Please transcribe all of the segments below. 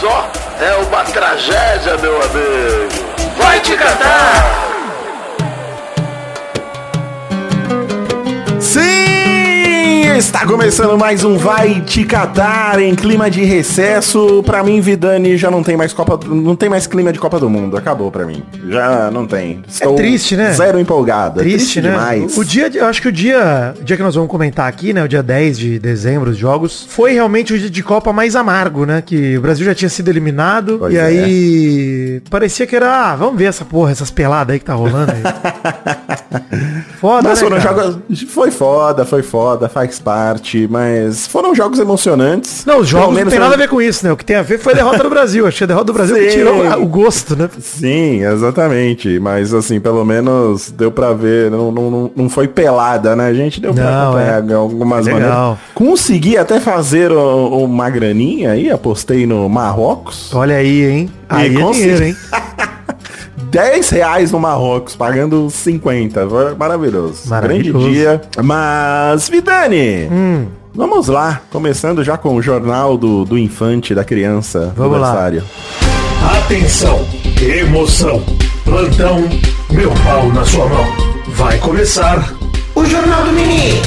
só é uma tragédia, meu amigo. Vai te cantar! Sim! Está começando mais um Vai Te Catar em clima de recesso. Pra mim, Vidani já não tem mais Copa, não tem mais clima de Copa do Mundo. Acabou pra mim. Já não tem. Estou triste, né? Zero empolgado. Triste, né? É demais. O dia, de- eu acho que o dia, o dia que nós vamos comentar aqui, né, o dia 10 de dezembro, os jogos, foi realmente o dia de Copa mais amargo, né, que o Brasil já tinha sido eliminado Pois e é. aí parecia que era, ah, vamos ver essa porra, essas peladas aí que tá rolando aí. Foda, Mas né, foram cara? jogos. Foi foda, foi foda, faz parte, mas foram jogos emocionantes. Não, os Pelo jogos não menos tem nada a foram- ver com isso, né? O que tem a ver foi a derrota do Brasil. Achei a derrota do Brasil que Sim. tirou a- o gosto, né? Sim, exatamente. Mas assim, pelo menos deu pra ver. Não, não, não- não foi pelada, né? A gente deu pra Não, é. acompanhar de algumas Legal. maneiras. Consegui até fazer o- uma graninha aí, apostei no Marrocos. Olha aí, hein? Aí é com dinheiro, certeza. hein? 10 reais no Marrocos, pagando 50. Foi Maravilhoso. Maravilhoso. Hum. Grande dia. Mas, Vidani! Vamos lá, começando já com o jornal do, do infante, da criança, do Vamos lá. berçário. Atenção, emoção, plantão, meu pau na sua mão. Vai começar o Jornal do Menino.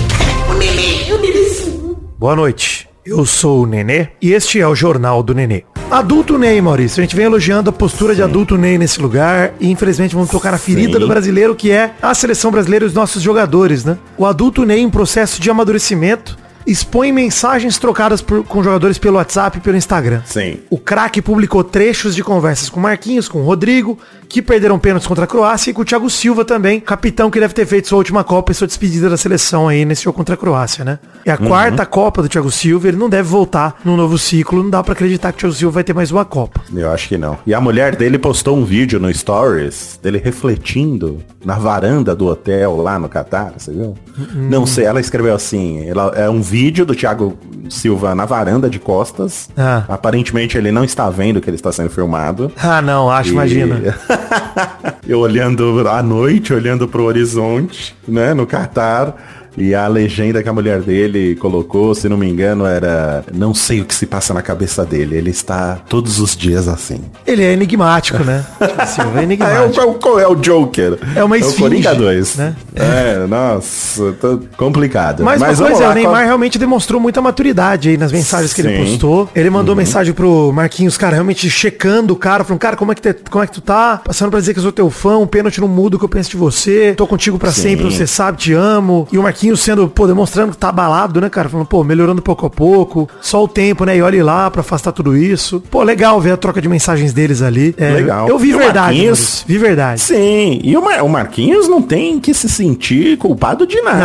Boa noite. Eu sou o Nenê e este é o Jornal do Nenê. Adulto Ney, Maurício. A gente vem elogiando a postura de adulto Ney nesse lugar e infelizmente vamos tocar na ferida Sim. do brasileiro que é a seleção brasileira e os nossos jogadores, né? O adulto Ney em processo de amadurecimento expõe mensagens trocadas por- com jogadores pelo WhatsApp e pelo Instagram. Sim. O craque publicou trechos de conversas com Marquinhos, com Rodrigo, que perderam pênaltis contra a Croácia, e com o Thiago Silva também, capitão que deve ter feito sua última Copa e sua despedida da seleção aí nesse jogo contra a Croácia, né? É Uhum. a quarta Copa do Thiago Silva, ele não deve voltar num novo ciclo, não dá pra acreditar que o Thiago Silva vai ter mais uma Copa. Eu acho que não. E a mulher dele postou um vídeo no Stories dele refletindo na varanda do hotel lá no Catar, você viu? Não sei, ela escreveu assim, ela, é um vídeo do Thiago Silva na varanda de costas. Ah. Aparentemente ele não está vendo que ele está sendo filmado. Ah, não, acho, imagina. E- Eu olhando à noite, olhando pro horizonte, né, no Catar. E a legenda que a mulher dele colocou, se não me engano, era Não sei o que se passa na cabeça dele. Ele está todos os dias assim. Ele é enigmático, né? Thiago Silva é Ah, é, enigmático. o, é, o- qual é o Joker. É uma É esfinge, o Coringa 2. né? É, nossa, tô complicado. Mas, uma vamos coisa, lá, o Neymar qual- realmente demonstrou muita maturidade aí nas mensagens que ele Sim. Uhum. postou. Ele mandou mensagem pro Marquinhos, cara, realmente checando o cara, falando, cara, como é que, te- como é que tu tá? Passando pra dizer que eu sou teu fã, um pênalti não muda o que eu penso de você, tô contigo pra Sim. sempre, você sabe, te amo. E o Marquinhos sendo, pô, demonstrando que tá abalado, né, cara? Falando, pô, melhorando pouco a pouco, só o tempo, né? E olhe lá pra afastar tudo isso. Pô, legal ver a troca de mensagens deles ali. É, Legal. Eu vi E o verdade, Marquinhos? Maurício, vi verdade. Sim, e o, Mar- o Marquinhos não tem que se sentir culpado de nada.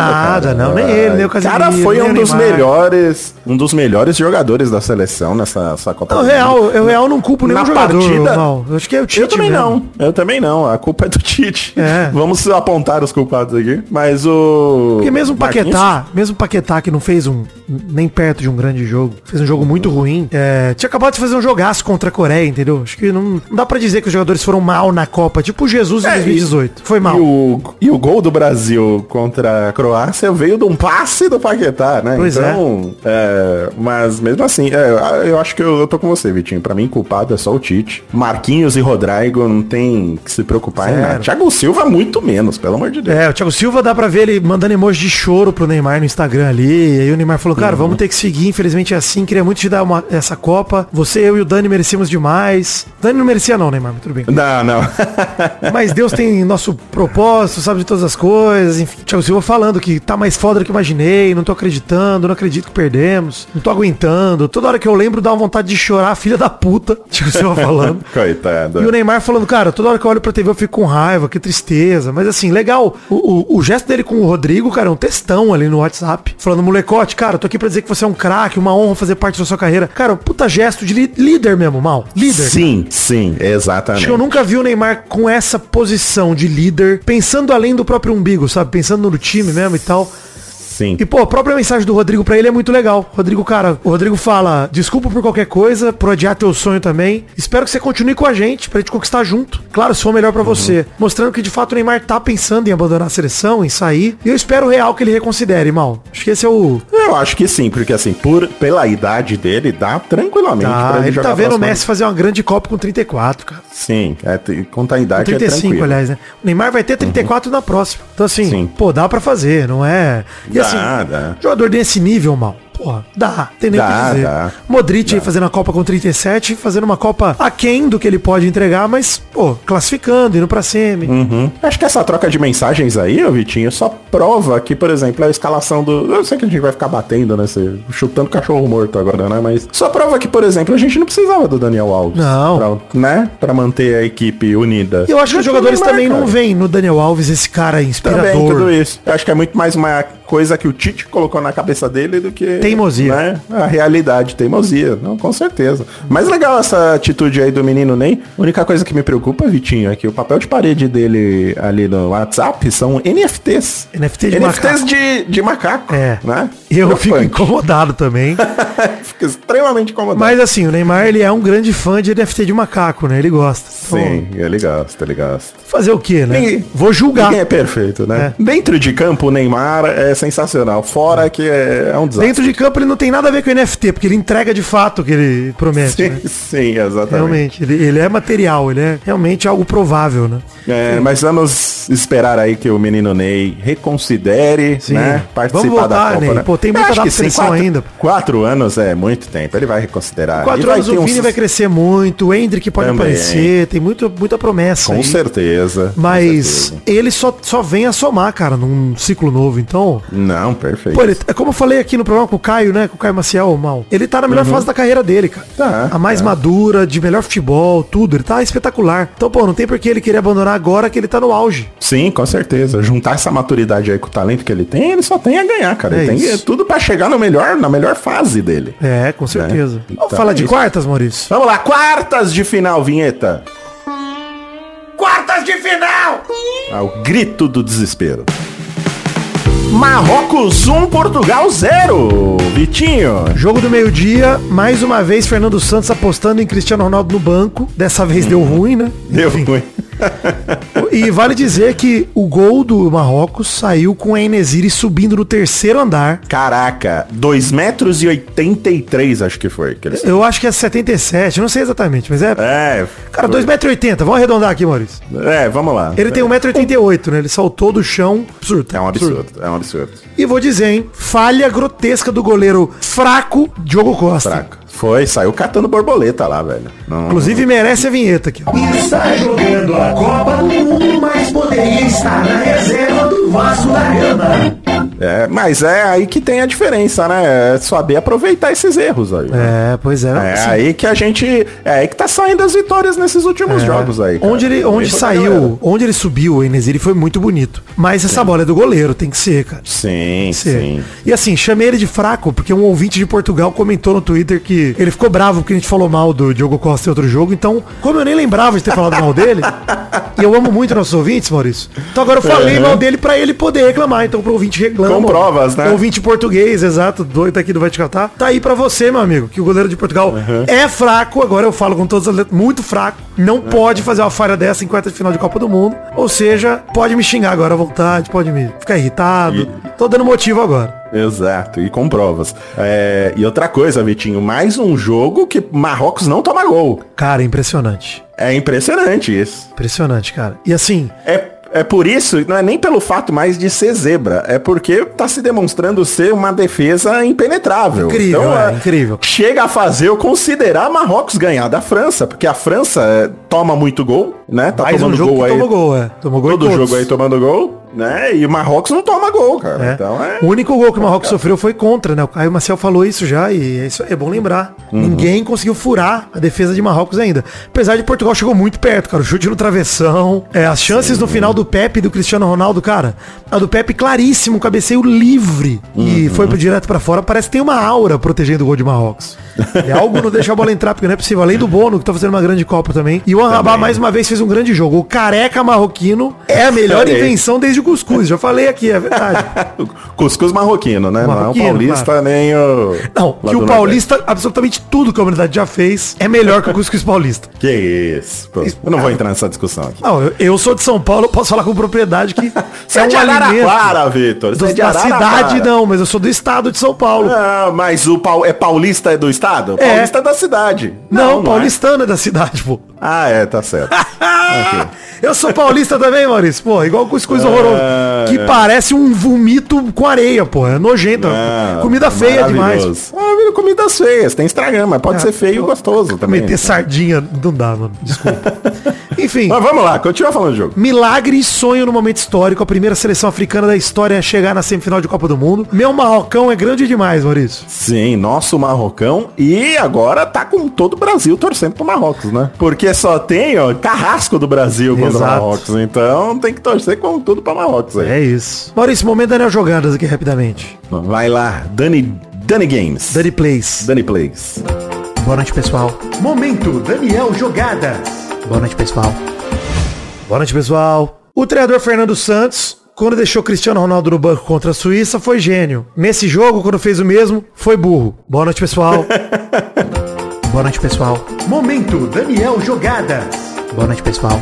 cara. Nada, não, nem ele, nem o O Casemiro, cara foi nem um o dos Neymar. melhores, um dos melhores jogadores da seleção nessa, nessa Copa Não, do Mundo. real, eu real não culpo nenhum Na jogador, partida- mal. Eu acho que é o Tite Eu também mesmo. não, eu também não, a culpa é do Tite. É. Vamos apontar os culpados aqui, mas o... Porque mesmo o Marquinhos- Paquetá, mesmo o Paquetá que não fez um nem perto de um grande jogo, fez um jogo muito Uhum. ruim, é, tinha acabado de fazer um jogaço contra a Coreia, entendeu? Acho que não, não dá pra dizer que os jogadores foram mal na Copa, tipo o Jesus em É, 2018. Foi mal. E o, e o gol do Brasil contra a Croácia veio de um passe do Paquetá, né? Pois então, é, mas mesmo assim, é, eu acho que eu, eu tô com você, Vitinho. Pra mim, culpado é só o Tite. Marquinhos e Rodrigo não tem que se preocupar em Zero. nada. Thiago Silva, muito menos, pelo amor de Deus. É, o Thiago Silva dá pra ver ele mandando emoji de choro pro Neymar no Instagram ali. E aí o Neymar falou, Uhum. cara, vamos ter que seguir, infelizmente é assim, queria muito te dar uma- essa Copa. Você, eu e o Dani merecemos demais. Dani não merecia não, Neymar, mas tudo bem. Não, não. Mas Deus tem nosso propósito, sabe de todas as coisas. Enfim, Thiago Silva falando que tá mais foda do que imaginei, não tô acreditando, não acredito que perdemos, não tô aguentando. Toda hora que eu lembro dá uma vontade de chorar, filha da puta. Thiago Silva falando. E o Coitado. Neymar falando, cara, toda hora que eu olho pra TV eu fico com raiva, que tristeza. Mas assim, legal. O, o- o gesto dele com o Rodrigo, cara, é um textão ali no WhatsApp. Falando, molecote, cara, eu tô aqui pra dizer que você é um craque, uma honra fazer parte da sua carreira. Cara, puta gesto de li- líder mesmo, mal. Líder. Sim, sim, exatamente. Acho que eu nunca vi o Neymar com essa posição de líder, pensando além do próprio umbigo, sabe? Pensando no time mesmo e tal. Sim. E, pô, a própria mensagem do Rodrigo pra ele é muito legal. Rodrigo, cara, o Rodrigo fala, desculpa por qualquer coisa, por adiar teu sonho também. Espero que você continue com a gente, pra gente conquistar junto. Claro, se for melhor pra Uhum. você. Mostrando que, de fato, o Neymar tá pensando em abandonar a seleção, em sair. E eu espero real que ele reconsidere, mal. Acho que esse é o... Eu acho que sim, porque assim, por, pela idade dele, dá tranquilamente. pra Tá, ele jogar tá vendo o próxima- Messi fazer uma grande Copa com 34, cara. Sim, é, t- contar a idade é 35, tranquilo. Uhum. aliás, né? O Neymar vai ter 34 na próxima. Então, assim, Sim. pô, dá pra fazer, não é? Dá, E assim, dá. jogador desse nível, mal. Porra, dá, tem nem o que Dá, dizer. dá. Modric aí fazendo a Copa com 37, fazendo uma Copa aquém do que ele pode entregar, mas, pô, classificando, indo pra semi. Uhum. Acho que essa troca de mensagens aí, ô Vitinho, só prova que, por exemplo, a escalação do. Eu sei que a gente vai ficar batendo, né? se- Chutando cachorro morto agora, né? Mas só prova que, por exemplo, a gente não precisava do Daniel Alves. Não. Pra, né? Pra manter a equipe unida. E eu acho que Já os jogadores tinha o também Neymar, não cara. veem no Daniel Alves esse cara Também, tudo inspirador. isso. Eu acho que é muito mais uma coisa que o Tite colocou na cabeça dele do que... Teimosia. né, A realidade, teimosia. Não, com certeza. Mas legal essa atitude aí do menino Ney. A única coisa que me preocupa, Vitinho, é que o papel de parede dele ali no WhatsApp são NFTs. NFT de NFTs macaco. de, de macaco. É. Né? E eu Meu fico funk. incomodado também. Fico extremamente incomodado. Mas assim, o Neymar, ele é um grande fã de NFT de macaco, né? Ele gosta. Então, Sim, é ele gosta, ele gosta. Fazer o quê, né? Ninguém- Vou julgar. Ninguém é perfeito, né? Dentro de campo, o Neymar é sensacional. Fora que é, é um desastre. Dentro de campo ele não tem nada a ver com o NFT, porque ele entrega de fato o que ele promete. né? Sim, sim, exatamente. Realmente, ele, ele é material, ele é realmente algo provável, né? É, mas vamos esperar aí que o menino Ney reconsidere, Sim. né? Participar Vamos voltar, da Copa, Ney. né? Pô, tem Eu muita acho que adaptação quatro, ainda. Quatro anos é muito tempo. Ele vai reconsiderar. E Quatro vai anos ter o um Vini sus- vai crescer muito, o Hendrick pode Também. aparecer, tem muito, muita promessa. Com aí. certeza. com Mas certeza. ele só, só vem a somar, cara, num ciclo novo. Então, Não, perfeito. Pô, ele, é como eu falei aqui no programa com o Caio, né? Com o Caio Maciel, mal. Ele tá na melhor fase da carreira dele, cara. Uhum. Tá, A mais tá. madura, de melhor futebol, tudo. Ele tá espetacular. Então, pô, não tem por que ele querer abandonar agora que ele tá no auge. Sim, com certeza. Juntar essa maturidade aí com o talento que ele tem, ele só tem a ganhar, cara. É ele tem isso. tudo pra chegar no melhor, na melhor fase dele. É, com certeza. Então, Vamos falar é de isso. quartas, Maurício? Vamos lá, quartas de final, vinheta. Quartas de final! Ao grito do desespero. Marrocos 1, Portugal 0. Vitinho. Jogo do meio-dia, mais uma vez Fernando Santos apostando em Cristiano Ronaldo no banco. Dessa vez deu ruim, né? Uhum. Deu ruim. E vale dizer que o gol do Marrocos saiu com a Enesiri subindo no terceiro andar. Caraca, 2 metros e 83, acho que foi. Que eles... Eu acho que é 77, não sei exatamente, mas é. É, Cara, foi. 2,80m, vamos arredondar aqui, Maurício. É, vamos lá. Ele tem 1,88m, né? Ele saltou do chão. Absurdo. É um absurdo, é um absurdo. E vou dizer, hein? Falha grotesca do goleiro fraco Diogo Costa. Fraco. Foi, saiu catando borboleta lá, velho. Não- Inclusive merece a vinheta aqui. ó. Está jogando a Copa do Mundo, mas poderia estar na reserva do Vasco da Gama. É, mas é aí que tem a diferença, né? É saber aproveitar esses erros aí. É, pois é. não, É assim, aí que a gente. É aí que tá saindo as vitórias nesses últimos jogos aí. cara. É. Onde ele, onde Bem pra saiu, galera. onde ele subiu, o Enesiri foi muito bonito. Mas essa bola é do goleiro, tem que ser, cara. Sim, ser. sim. E assim, chamei ele de fraco, porque um ouvinte de Portugal comentou no Twitter que ele ficou bravo porque a gente falou mal do Diogo Costa em outro jogo. Então, como eu nem lembrava de ter falado mal dele, e eu amo muito nossos ouvintes, Maurício. Então agora eu falei Uhum. mal dele pra ele poder reclamar. Então, pro ouvinte reclama. Com provas, né? Ouvinte português, exato, doido aqui do Vai Te Catar. Tá aí pra você, meu amigo, que o goleiro de Portugal é fraco. Agora eu falo com todas as letras, muito fraco. Não pode fazer uma falha dessa em quarta de final de Copa do Mundo. Ou seja, pode me xingar agora à vontade, pode me ficar irritado. Tô dando motivo agora. Exato, e com provas. É, e outra coisa, Vitinho, mais um jogo que Marrocos não toma gol. Cara, impressionante. É impressionante isso. Impressionante, cara. E assim, É, é por isso, não é nem pelo fato mais de ser zebra, é porque tá se demonstrando ser uma defesa impenetrável. Então, Incrível, é, incrível. Chega a fazer eu considerar Marrocos ganhar da França, porque a França é, toma muito gol, né? Tá mais um tomando jogo gol que aí. tomou gol, é. Tomou gol em Todo todos. jogo aí tomando gol, né? E o Marrocos não toma gol, cara. É. Então é. O único gol que o Marrocos sofreu foi contra, né? O Caio Marcel falou isso já e é isso é bom lembrar. Ninguém conseguiu furar a defesa de Marrocos ainda. Apesar de Portugal chegou muito perto, cara. O chute no travessão. É, as chances no final do Pepe e do Cristiano Ronaldo, cara. A do Pepe Uhum. claríssimo, um cabeceio livre. E foi pro- direto pra fora. Parece que tem uma aura protegendo o gol de Marrocos. É algo não deixa a bola entrar, porque não é possível. Além do Bono, que tá fazendo uma grande Copa também. E o Anrabá, mais uma vez, fez um grande jogo. O careca marroquino é a melhor Olha aí. invenção desde o cuscuz. Já falei aqui, é verdade. Cuscuz marroquino, né? Marroquino, não é o paulista claro. nem o. Não, lá que do o paulista, absolutamente tudo que a humanidade já fez, é melhor que o cuscuz paulista. Nordeste. Que isso? Pô, eu não vou entrar nessa discussão aqui. Não, eu, eu sou de São Paulo, eu posso falar com propriedade que Você é de Araraquara, Vitor. Você Do, é de um da Araraquara. cidade não, mas eu sou do estado de São Paulo. Ah, mas o pau... é paulista é do estado? É. Paulista é da cidade. Não, é. paulistano é da cidade, pô. Ah, é, tá certo. É. Eu sou paulista também, Maurício. Pô, igual cuscuz horroroso. Ah, Que é. parece um vomito com areia, pô. É nojento. Não, comida feia demais. Ah, maravilhoso. pô. Ah, viu, comidas feias. Tem Instagram, mas pode ser feio e gostoso também. Meter sardinha não dá, mano. Desculpa. Enfim. Mas vamos lá, continua falando do jogo. Milagre e sonho no momento histórico. A primeira seleção africana da história a chegar na semifinal de Copa do Mundo. Meu Marrocão é grande demais, Maurício. Sim, nosso Marrocão. E agora tá com todo o Brasil torcendo pro Marrocos, né? Porque só tem, ó, carrasco do Brasil contra o Exato. Marrocos. Então tem que torcer com tudo pra Marrocos aí. É isso. Maurício, momento Daniel Jogadas aqui rapidamente. Vai lá, Dani, Dani Games. Dani Plays. Dani Plays. Boa noite, pessoal. Momento Daniel Jogadas. Boa noite, pessoal. Boa noite, pessoal. O treinador Fernando Santos, quando deixou Cristiano Ronaldo no banco contra a Suíça, foi gênio. Nesse jogo, quando fez o mesmo, foi burro. Boa noite, pessoal. Boa noite, pessoal. Momento Daniel Jogadas. Boa noite, pessoal.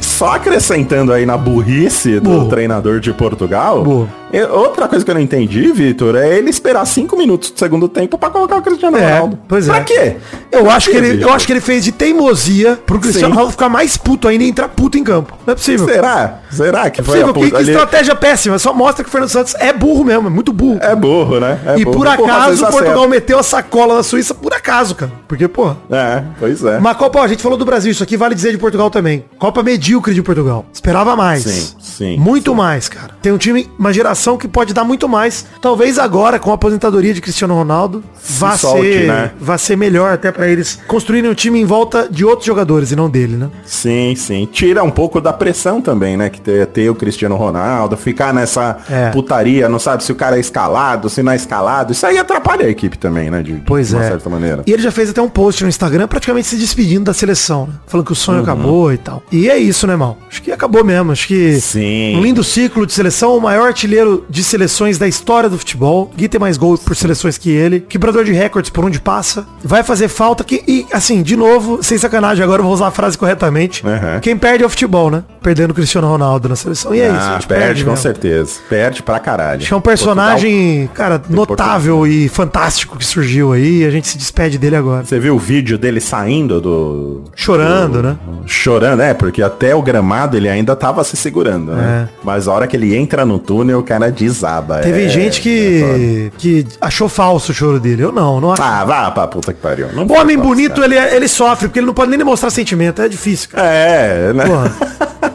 Só acrescentando aí na burrice do Burro. treinador de Portugal. Burro. e- outra coisa que eu não entendi, Vitor, é ele esperar cinco minutos do segundo tempo pra colocar o Cristiano É, Ronaldo. pois é. Pra quê? Eu Pra acho, quê, que ele, eu Vitor? acho que ele fez de teimosia pro Cristiano Sim. Ronaldo ficar mais puto ainda e entrar puto em campo. Não é possível. Será? Será que Não é foi a possível. Que, puta- que ele- estratégia péssima. Só mostra que o Fernando Santos é burro mesmo, é muito burro. É burro, né? É e burro. por Porra, às vezes acaso o acerta. Portugal meteu a sacola na Suíça, por acaso, cara. Porque, pô. É, pois é. Mas Copa, ó, a gente falou do Brasil, isso aqui vale dizer de Portugal também. Copa medíocre de Portugal. Esperava mais. Sim, sim, Muito mais, cara. Tem um time, uma geração que pode dar muito mais. Talvez agora, com a aposentadoria de Cristiano Ronaldo, vá, solte, ser, né? vá ser melhor até pra eles construírem um time em volta de outros jogadores e não dele, né? Sim, sim. Tira um pouco da pressão também, né? Que ter, ter o Cristiano Ronaldo, ficar nessa É. putaria, não sabe se o cara é escalado, se não é escalado. Isso aí atrapalha a equipe também, né? De, de Pois uma é. certa maneira. E ele já fez até um post no Instagram praticamente se despedindo da seleção, né? Falando que o Uhum. sonho acabou e tal. E é isso, né, mal? Acho que acabou mesmo. Acho que Sim. um lindo ciclo de seleção, o maior artilheiro de seleções da história do futebol. Gui tem mais gols por seleções que ele. Quebrador de recordes por onde passa. Vai fazer falta que. E assim, de novo, sem sacanagem, agora eu vou usar a frase corretamente. Uhum. Quem perde é o futebol, né? Perdendo o Cristiano Ronaldo na seleção. E é isso. a ah, gente perde, com mesmo. certeza. Perde pra caralho. Acho que é um personagem, cara, notável Portugal. e fantástico que surgiu aí. E a gente se despede dele agora. Você viu o vídeo dele saindo do. Chorando, né? Chorando, é, porque até o gramado ele ainda tava se segurando, né? Mas a hora que ele entra no túnel, o cara desaba. É. Teve É, gente é foda. que, que achou falso o choro dele. Eu não, não acho. Ah, vá pra puta que pariu. Não o homem foi bonito, fácil, ele, é, ele sofre, porque ele não pode nem demonstrar sentimento. É difícil, cara. cara. É, né?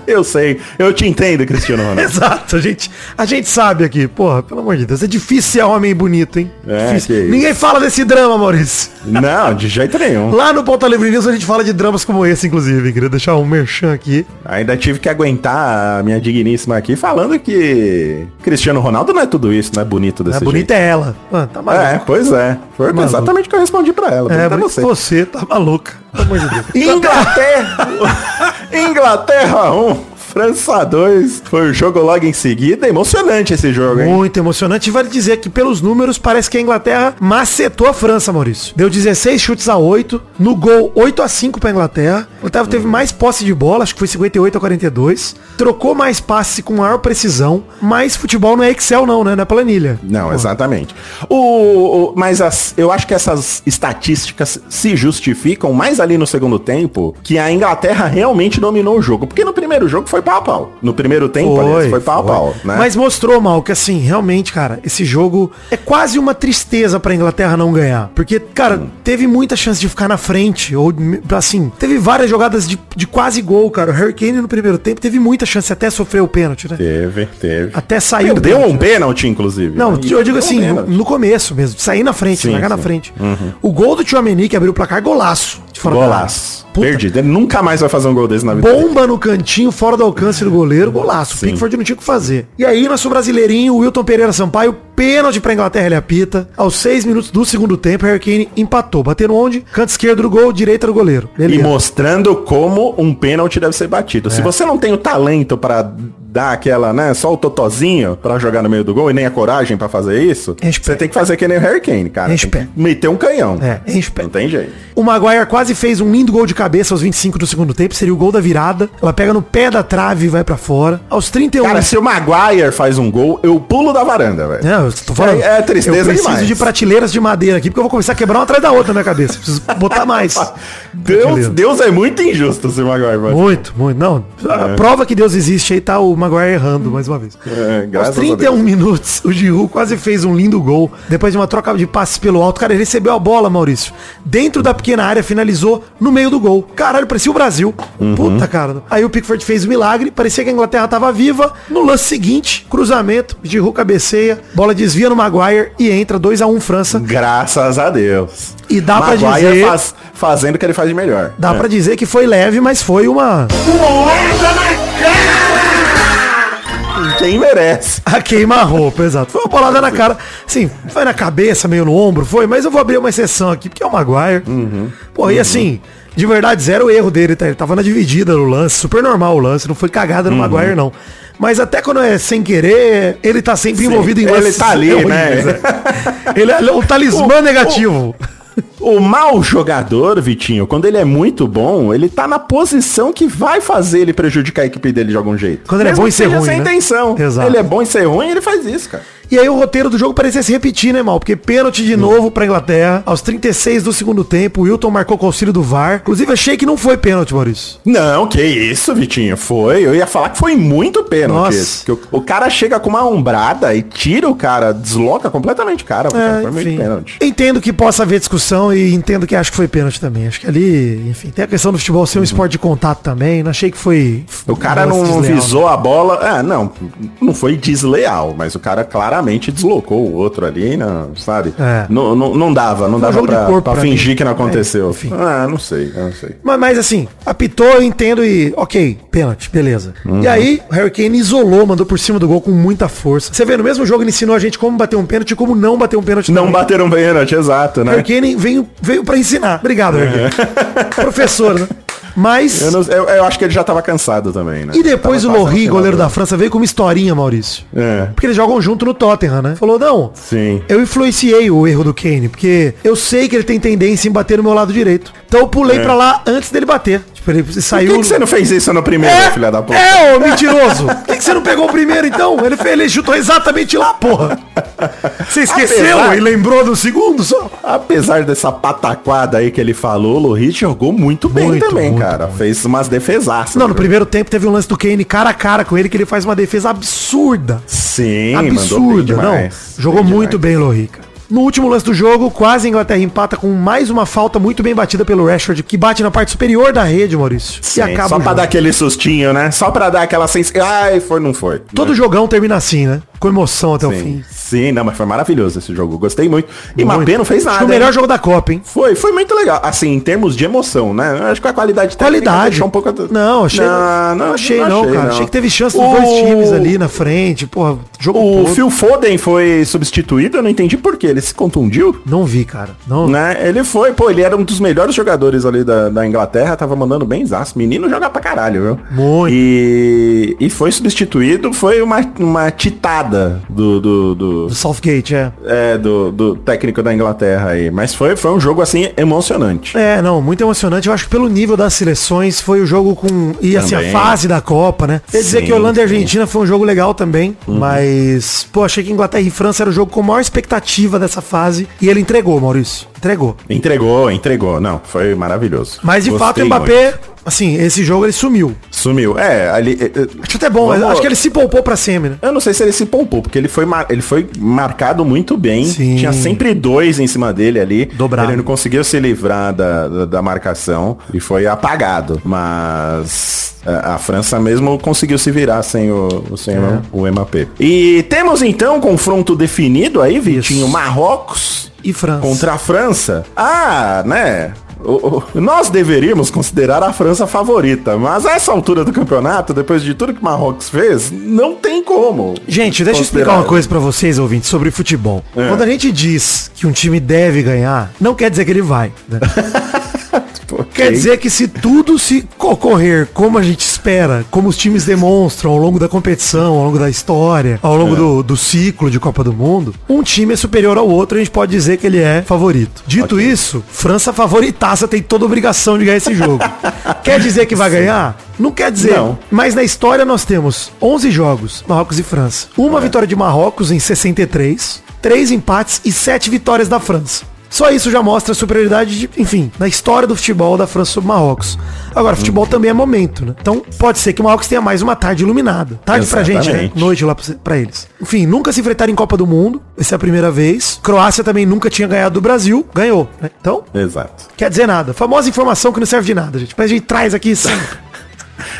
eu sei. Eu te entendo, Cristiano Ronaldo. Exato, a gente, a gente sabe aqui. Porra, pelo amor de Deus, é difícil ser homem bonito, hein? É, que difícil. isso. Ninguém fala desse drama, Maurício. Não, de jeito nenhum. Lá no Ponta Livre News a gente fala de dramas como esse, inclusive. Queria deixar um merchan aqui. Ainda tive que aguentar a minha digníssima aqui falando que Cristiano Ronaldo não é tudo isso, não é bonito desse A bonita é ela. Mano, tá jeito. maluco. É, pois é. Foi Maluco. exatamente o que eu respondi pra ela. É, bonita é mas você. você. tá maluca. Pelo amor de Deus. Inglaterra! Inglaterra 1, França 2. Foi o jogo logo em seguida. Emocionante esse jogo, hein? Muito emocionante. E vale dizer que pelos números parece que a Inglaterra macetou a França, Maurício. Deu 16 chutes a 8. No gol, 8 a 5 pra Inglaterra. A Inglaterra Hum. teve mais posse de bola, acho que foi 58 a 42. Trocou mais passes com maior precisão. Mas futebol não é Excel não, né? Não é planilha. Não, exatamente. O, o- mas as- eu acho que essas estatísticas se justificam mais ali no segundo tempo, que a Inglaterra realmente dominou o jogo. Porque no primeiro jogo foi pau a pau. No primeiro tempo, aliás, foi, pau a pau, né? Mas mostrou, Mal, que assim, realmente, cara, esse jogo é quase uma tristeza pra Inglaterra não ganhar. Porque, cara, teve muita chance de ficar na frente, ou me- assim, teve várias jogadas de, de quase gol, cara. O Hurricane no primeiro tempo teve muita chance, até sofreu o pênalti, né? Teve, teve. Até saiu. o Perdeu pênalti, um né? pênalti, inclusive. Não, né? eu digo Deu um assim, no, pênalti. no começo mesmo, sair na frente, Sim, Uhum. largar na sim. frente. O gol do Tchouameni, que abriu o placar, golaço. de fora da área. Golaço. Puta, Perdido. Ele nunca mais vai fazer um gol desse na vida. dele. Bomba no cantinho, fora do alcance do goleiro, golaço. Sim. Pickford não tinha o que fazer. E aí, nosso brasileirinho, Wilton Pereira Sampaio, pênalti pra Inglaterra, ele apita. Aos seis minutos do segundo tempo, Harry Kane empatou. Bateram onde? Canto esquerdo do gol, direita do goleiro. E Beleza. É. mostrando como um pênalti deve ser batido. Se você não tem o talento pra dar aquela, né, só o totozinho pra jogar no meio do gol e nem a coragem pra fazer isso, Enche o você pé. tem que fazer que nem o Harry Kane, cara. Enche o Tem pé. que meter um canhão. É, Então, enche o pé. Não tem jeito. O Maguire quase fez um lindo gol de cabeça aos 25 do segundo tempo, seria o gol da virada. Ela pega no pé da trave e vai pra fora. Aos 31 Cara, se o Maguire faz um gol, eu pulo da varanda, velho. Não, eu tô falando. É- é tristeza Eu preciso demais. de prateleiras de madeira aqui, porque eu vou começar a quebrar uma atrás da outra na minha cabeça. Preciso botar mais. Deus, Beleza. Deus é muito injusto se o Maguire vai. Muito, muito. Não, a prova que Deus existe aí tá o Maguire errando mais uma vez. É, graças Aos a Deus. 31 minutos, o Giroud quase fez um lindo gol. Depois de uma troca de passes pelo alto, cara, ele recebeu a bola, Maurício. Dentro da pequena área, finalizou no meio do gol. Caralho, parecia o Brasil. Uhum. Puta, cara. Aí o Pickford fez o milagre, parecia que a Inglaterra tava viva. No lance seguinte, cruzamento, Giroud cabeceia, bola desvia no Maguire e entra 2 a 1 França. Graças a Deus. E dá pra Maguire dizer- faz- fazendo o que ele faz de melhor. Dá pra dizer que foi leve, mas foi uma Quem merece. A queima-roupa, exato. Foi uma bolada na cara. Sim, foi na cabeça, meio no ombro, foi, mas eu vou abrir uma exceção aqui, porque é o Maguire. Uhum. Pô, e assim, de verdade, zero erro dele, tá? Ele tava na dividida no lance, super normal o lance, não foi cagada Uhum. no Maguire, não. Mas até quando é sem querer, ele tá sempre envolvido em ele lances tá ali, horríveis, né? né? Ele é o talismã O- o- negativo. O mau jogador, Vitinho, quando ele é muito bom, ele tá na posição que vai fazer ele prejudicar a equipe dele de algum jeito. Quando ele é bom que em ser seja ruim, sem né? intenção. Exato. Ele é bom em ser ruim, ele faz isso, cara. E aí o roteiro do jogo parecia se repetir, né, Mal? Porque pênalti Hum. de novo pra Inglaterra. Aos 36 do segundo tempo, o Wilton marcou com o auxílio do VAR. Inclusive, achei que não foi pênalti, Maurício. Não, que isso, Vitinho. Foi. Eu ia falar que foi muito pênalti. Nossa. esse. Que o, o cara chega com uma ombrada e tira o cara, desloca completamente o cara. cara. É, Foi muito enfim. pênalti. Entendo que possa haver discussão e entendo que acho que foi pênalti também. Acho que ali, enfim, tem a questão do futebol ser um esporte de contato também. Não achei que foi. Uhum. O cara um não lance desleal. visou a bola. Ah, não. Não foi desleal, mas o cara claramente deslocou o outro ali, né, sabe? É. um Não, não, não dava, não dava jogo de pra, corpo pra pra fingir mim. que não É, aconteceu. enfim. Ah, não sei, eu não sei. Mas, mas assim, apitou, eu entendo e. Ok, pênalti, beleza. Uhum. E aí, o Harry Kane isolou, mandou por cima do gol com muita força. Você vê, no mesmo jogo ele ensinou a gente como bater um pênalti e como não bater um pênalti. Não também. bateram pênalti, exato, né? Harry Kane veio, veio pra ensinar. Obrigado, Harry Kane. Professor, né? Mas. É. Eu, não- eu- eu acho que ele já tava cansado também, né? E depois Tava o Lorri, quase goleiro da afinal França, veio com uma historinha, Maurício. É. Porque eles jogam junto no Tottenham, né? Falou, não. Sim. Eu influenciei o erro do Kane, porque eu sei que ele tem tendência em bater no meu lado direito. Então eu pulei pra lá antes dele bater. Tipo, ele É. Por saiu. que, que você não fez isso no primeiro, é, filha da puta? é, ô mentiroso! Por que, que você não pegou o primeiro então? Ele, fez- ele chutou exatamente lá, porra! Você esqueceu Apesar- e lembrou do segundo só? Apesar dessa pataquada aí que ele falou, o Lorri jogou muito bem Muito, também, muito, cara. Fez umas defesaças. né? Não, no jogo. primeiro tempo teve um lance do Kane cara a cara com ele, que ele faz uma defesa absurda. Sim, mandou bem absurda, não. demais. Jogou Bem muito demais. bem, Lorica. No último lance do jogo, quase a Inglaterra empata com mais uma falta muito bem batida pelo Rashford, que bate na parte superior da rede, Maurício. Sim, e acaba só o pra jogo. dar aquele sustinho, né? Só pra dar aquela sensação. Ai, foi, não foi. Todo jogão termina assim, né? Com emoção até o Sim. fim. Sim, não, mas foi maravilhoso esse jogo. Gostei muito. E Muito. Mbappé não fez Acho nada. né? que o hein? melhor jogo da Copa, hein? Foi, foi muito legal. Assim, em termos de emoção, né? Eu Acho que a qualidade Qualidade. deixou um pouco... a- Não, achei. Não, não, achei, não, cara. Achei que teve chance dos O- dois times ali na frente. Porra, jogo O todo. Phil Foden foi substituído, eu não entendi por quê. Ele se contundiu? Não vi, cara. Não. Né? Ele foi, pô, ele era um dos melhores jogadores ali da, da Inglaterra, tava mandando bem zaço. Menino joga pra caralho, viu? Muito. E, e foi substituído, foi uma, uma titada do, do, do, Do Southgate, é. é, do, do técnico da Inglaterra aí. Mas foi, foi um jogo, assim, emocionante. É, não, muito emocionante. Eu acho que pelo nível das seleções, foi o jogo com. E assim, a Também. fase da Copa, né? Quer dizer Sim, que Holanda e sim. Uhum. Argentina foi um jogo legal também. Mas, pô, achei que Inglaterra e França era o jogo com maior expectativa dessa fase. E ele entregou, Maurício. Entregou. Entregou, entregou. Não, foi maravilhoso. Mas de Gostei fato, o Mbappé, assim, esse jogo ele sumiu. muito. Sumiu. É, ali... é, é, Acho até bom, Vamos- mas acho que ele se poupou pra semi, né? Eu não sei se ele se pompou, porque ele foi, mar- ele foi marcado muito bem. Sim. Tinha sempre dois em cima dele ali. Dobrado. Ele não conseguiu se livrar da, da, da marcação e foi apagado. Mas é, a, a França mesmo conseguiu se virar sem o, o- sem É. o, o MAP. E temos então um confronto definido aí, Vitinho. Isso. Marrocos E França. contra a França. Ah, né? o- o- nós deveríamos considerar a França favorita, mas a essa altura do campeonato, depois de tudo que o Marrocos fez, não tem como. Gente, deixa eu explicar uma coisa pra vocês, ouvintes, sobre futebol. É. Quando a gente diz que um time deve ganhar, não quer dizer que ele vai. né? Ok. Quer dizer que se tudo se ocorrer como a gente espera, como os times demonstram ao longo da competição, ao longo da história, ao É. longo do, do ciclo de Copa do Mundo, um time é superior ao outro, a gente pode dizer que ele é favorito. Dito isso, França favoritaça tem toda a obrigação de ganhar esse jogo. quer dizer que vai ganhar? Não quer dizer. Não. Mas na história nós temos 11 jogos, Marrocos e França. Uma vitória de Marrocos em 63, três empates e sete vitórias da França. Só isso já mostra a superioridade, de, enfim, na história do futebol da França sobre o Marrocos. Agora, futebol também é momento, né? Então, pode ser que o Marrocos tenha mais uma tarde iluminada. Tarde pra gente, né? Exatamente. Noite lá pra cê- pra eles. Enfim, nunca se enfrentaram em Copa do Mundo. Essa é a primeira vez. Croácia também nunca tinha ganhado do Brasil. Ganhou, né? Então, Exato. quer dizer nada. Famosa informação que não serve de nada, gente. Mas a gente traz aqui sempre.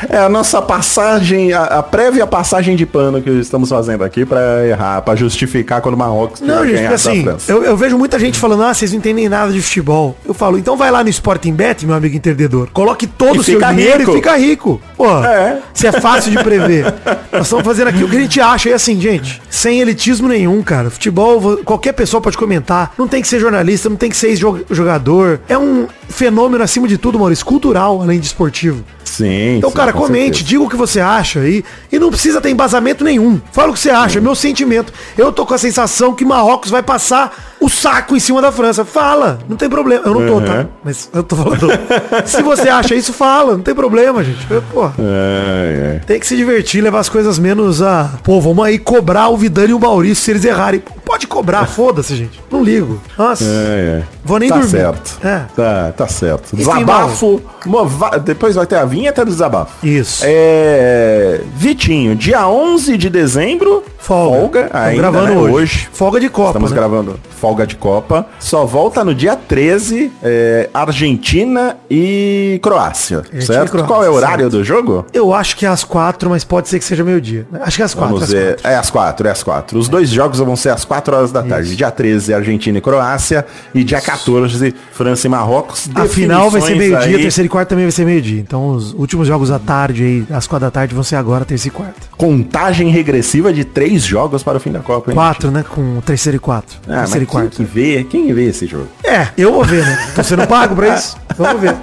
É a nossa passagem, a, a prévia passagem de pano que estamos fazendo aqui pra errar, pra justificar quando o Marrocos Não, vai gente, porque ganhar da assim, França. eu, eu vejo muita gente falando, ah, vocês não entendem nada de futebol. Eu falo, então vai lá no Sporting Bet, meu amigo entendedor. Coloque todo E o seu fica dinheiro rico. e fica rico. Pô, É. isso é fácil de prever. Nós estamos fazendo aqui o que a gente acha. E assim, gente, sem elitismo nenhum, cara. Futebol, vo- qualquer pessoa pode comentar. Não tem que ser jornalista, não tem que ser ex-jo- jogador. É um fenômeno, acima de tudo, Maurício, cultural, além de esportivo. Sim. Então, sim, cara, com comente, certeza. diga o que você acha aí. E não precisa ter embasamento nenhum. Fala o que você acha, é meu sentimento. Eu tô com a sensação que Marrocos vai passar o saco em cima da França. Fala, não tem problema. Eu não tô, tá? Uhum. Mas eu tô falando. Se você acha isso, fala, não tem problema, gente. Eu, Pô, É, é. tem que se divertir, levar as coisas menos a. Pô, vamos aí cobrar o Vidani e o Maurício se eles errarem. Pô, Pode cobrar, foda-se, gente. Não ligo. Nossa. É, é. Vou nem tá dormir. Certo. É. Tá, tá certo. Enfim, Desabafo. mova- Depois vai ter a vinheta do desabafo. Isso. É... Vitinho, dia 11 de dezembro. Folga. Tamo ainda, gravando né? hoje. Folga de Copa, Estamos né? gravando folga de Copa. Só volta no dia 13, é, Argentina e Croácia. Argentina e certo? Croácia, Qual é o horário certo. do jogo? Eu acho que é às quatro, mas pode ser que seja meio-dia. Acho que é às quatro. Vamos às ver. quatro. É às quatro, é às quatro. Os dois jogos vão ser às quatro horas da tarde. Dia 13, Argentina e Croácia. E dia 14, França e Marrocos. A final vai ser É, Definições meio-dia, aí. terceiro e quarto também vai ser meio-dia. Então os últimos jogos à tarde aí, às quatro da tarde, vão ser agora, terceiro e quarto. Contagem regressiva de três jogos para o fim da Copa, hein? Quatro, né? Com o terceiro e quatro. Ah, mas terceiro e quem quarto. que vê, quem vê esse jogo? É, eu vou ver, né? Tô sendo pago pra isso. Vamos ver.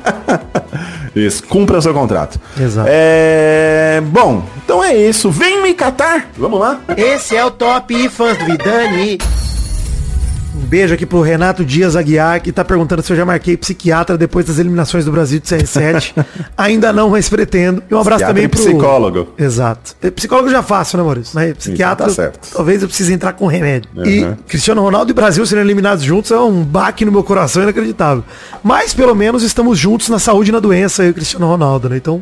Isso, cumpra seu contrato. Exato. É... Bom, então é isso. Vem me catar. Vamos lá? Esse é o Top Fãs do Vidani. Um beijo aqui pro Renato Dias Aguiar, que tá perguntando se eu já marquei psiquiatra depois das eliminações do Brasil de CR7. Ainda não, mas pretendo. E um abraço Psiquiatra também e pro... psicólogo. Exato. E Psicólogo eu já faço, né, Maurício? Mas psiquiatra, tá certo. talvez eu precise entrar com remédio. E Cristiano Ronaldo e Brasil serem eliminados juntos é um baque no meu coração inacreditável. Mas, pelo menos, estamos juntos na saúde e na doença, eu e o Cristiano Ronaldo, né? Então,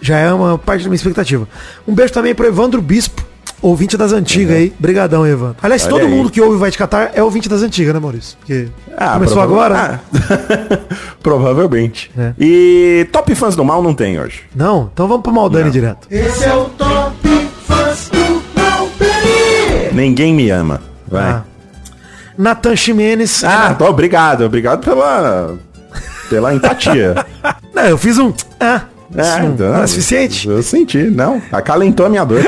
já é uma parte da minha expectativa. Um beijo também pro Evandro Bispo, ouvinte das antigas aí. Obrigadão, Evandro. Aliás, Olha todo aí. mundo que ouve o Vai de Catar é ouvinte das antigas, né, Maurício? Porque começou prova- agora? né? Ah, provavelmente. É. E top fãs do mal não tem hoje. Não? Então vamos pro Maldani direto. Esse é o Top Fãs do Malperi. Ninguém me ama. Vai. Ah. Natan Ximenes. Ah, tô, obrigado. Obrigado pela, pela empatia. Não, eu fiz um. Ah, isso não, então, não é suficiente? Eu senti, não. Acalentou a minha dor.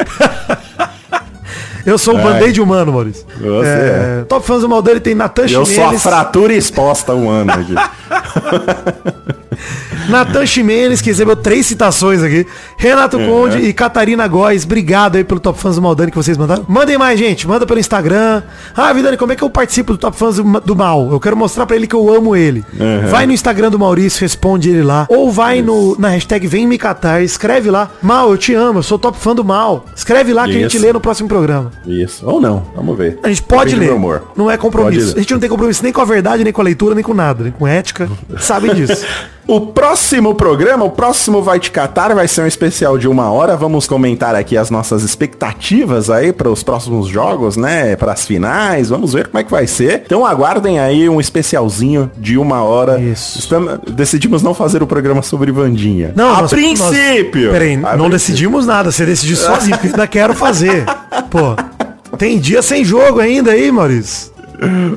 Eu sou o Ai. band-aid humano, Maurício. Você É, Top fãs do Maldani tem Natan eu sou a Ximenes. fratura exposta humana aqui. Natan Ximenes, que recebeu três citações aqui. Renato Uhum. Conde e Catarina Góes. Obrigado aí pelo Top Fãs do Maldani que vocês mandaram. Mandem mais, gente. Manda pelo Instagram. Ah, Vidani, como é que eu participo do Top Fãs do Ma- do Mal? Eu quero mostrar pra ele que eu amo ele. Uhum. Vai no Instagram do Maurício, responde ele lá. Ou vai no, na hashtag Vem Me Catar. Escreve lá. Mal, eu te amo. Eu sou Top Fã do Mal. Escreve lá que a gente Isso. lê no próximo programa. Isso. Ou não. Vamos ver. A gente pode Depende do ler. meu humor. Não é Pode compromisso. ler. A gente não tem compromisso nem com a verdade, nem com a leitura, nem com nada, nem com ética. Sabem disso. O próximo programa, o próximo Vai Te Catar, vai ser um especial de uma hora. Vamos comentar aqui as nossas expectativas aí para os próximos jogos, né? Para as finais. Vamos ver como é que vai ser. Então aguardem aí um especialzinho de uma hora. Isso. Estamos- decidimos não fazer o programa sobre Vandinha. Não, a nós- princípio. nós- peraí, A não princípio. decidimos nada. Você decidiu sozinho, porque ainda quero fazer. Pô, tem dia sem jogo ainda aí, Maurício.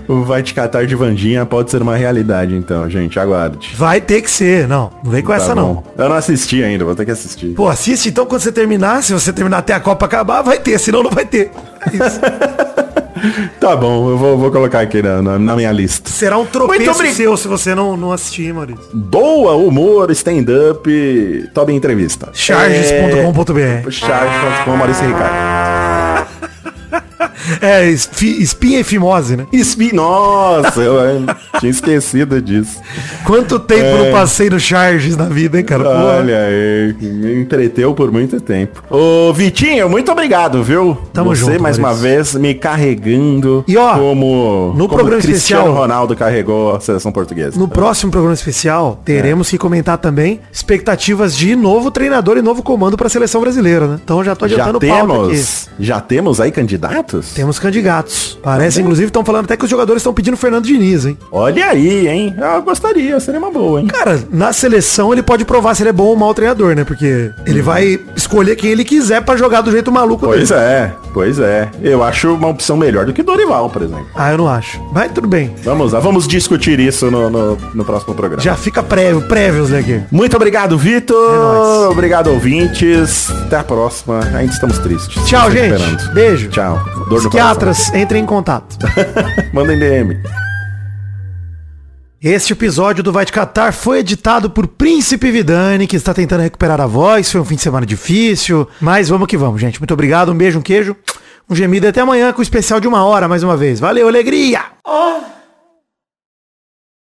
O vai te catar de Vandinha pode ser uma realidade, então, gente. Aguarde. Vai ter que ser, não. Não vem com essa, Tá não. bom. Eu não assisti ainda, vou ter que assistir. Pô, assiste então quando você terminar. Se você terminar até a Copa acabar, vai ter. Senão não vai ter. É isso. Tá bom, eu vou, vou colocar aqui na, na- na minha lista. Será um Muito tropeço obrigado. seu se você não, não assistir, Maurício. Boa, humor, stand-up, Toby Entrevista. Charges.com.br É... Charges.com, Maurício Ricardo. É, esfi- espinha e fimose, né? Espi... Nossa, eu eh, tinha esquecido disso. Quanto tempo eu não passei no Charges na vida, hein, cara? Pô, É. Olha aí, me entreteu por muito tempo. Ô, Vitinho, muito obrigado, viu? Tamo Você, junto, mais uma Maurício. vez, me carregando E, ó, como, no como programa Cristiano especial- Ronaldo carregou a seleção portuguesa. No próximo programa especial, É. teremos que comentar também expectativas de novo treinador e novo comando para a seleção brasileira, né? Então já tô já adiantando pauta aqui. temos, já temos aí candidatos? Temos candidatos. Tá Parece, inclusive, estão falando até que os jogadores estão pedindo Fernando Diniz, hein? Olha aí, hein? Eu gostaria, seria uma boa, hein? Cara, na seleção ele pode provar se ele é bom ou mau treinador, né? Porque ele vai escolher quem ele quiser pra jogar do jeito maluco Uhum. Pois é, pois é. Eu acho uma opção melhor do que Dorival, por exemplo. Ah, eu não acho. Mas tudo bem. Vamos lá, vamos discutir isso no, no, no próximo programa. Já fica prévio, prévios né, aqui. Muito obrigado, É Vitor. nóis. obrigado, ouvintes. Até a próxima. Ainda estamos tristes. Tchau, Nos gente. recuperando. Beijo. Tchau. Dor no coração. Psiquiatras, entrem em contato. Mandem DM. Este episódio do Vai Te Catar foi editado por Príncipe Vidani, que está tentando recuperar a voz. Foi um fim de semana difícil, mas vamos que vamos, gente. Muito obrigado, um beijo, um queijo, um gemido e até amanhã com o especial de uma hora mais uma vez. Valeu, alegria! Oh,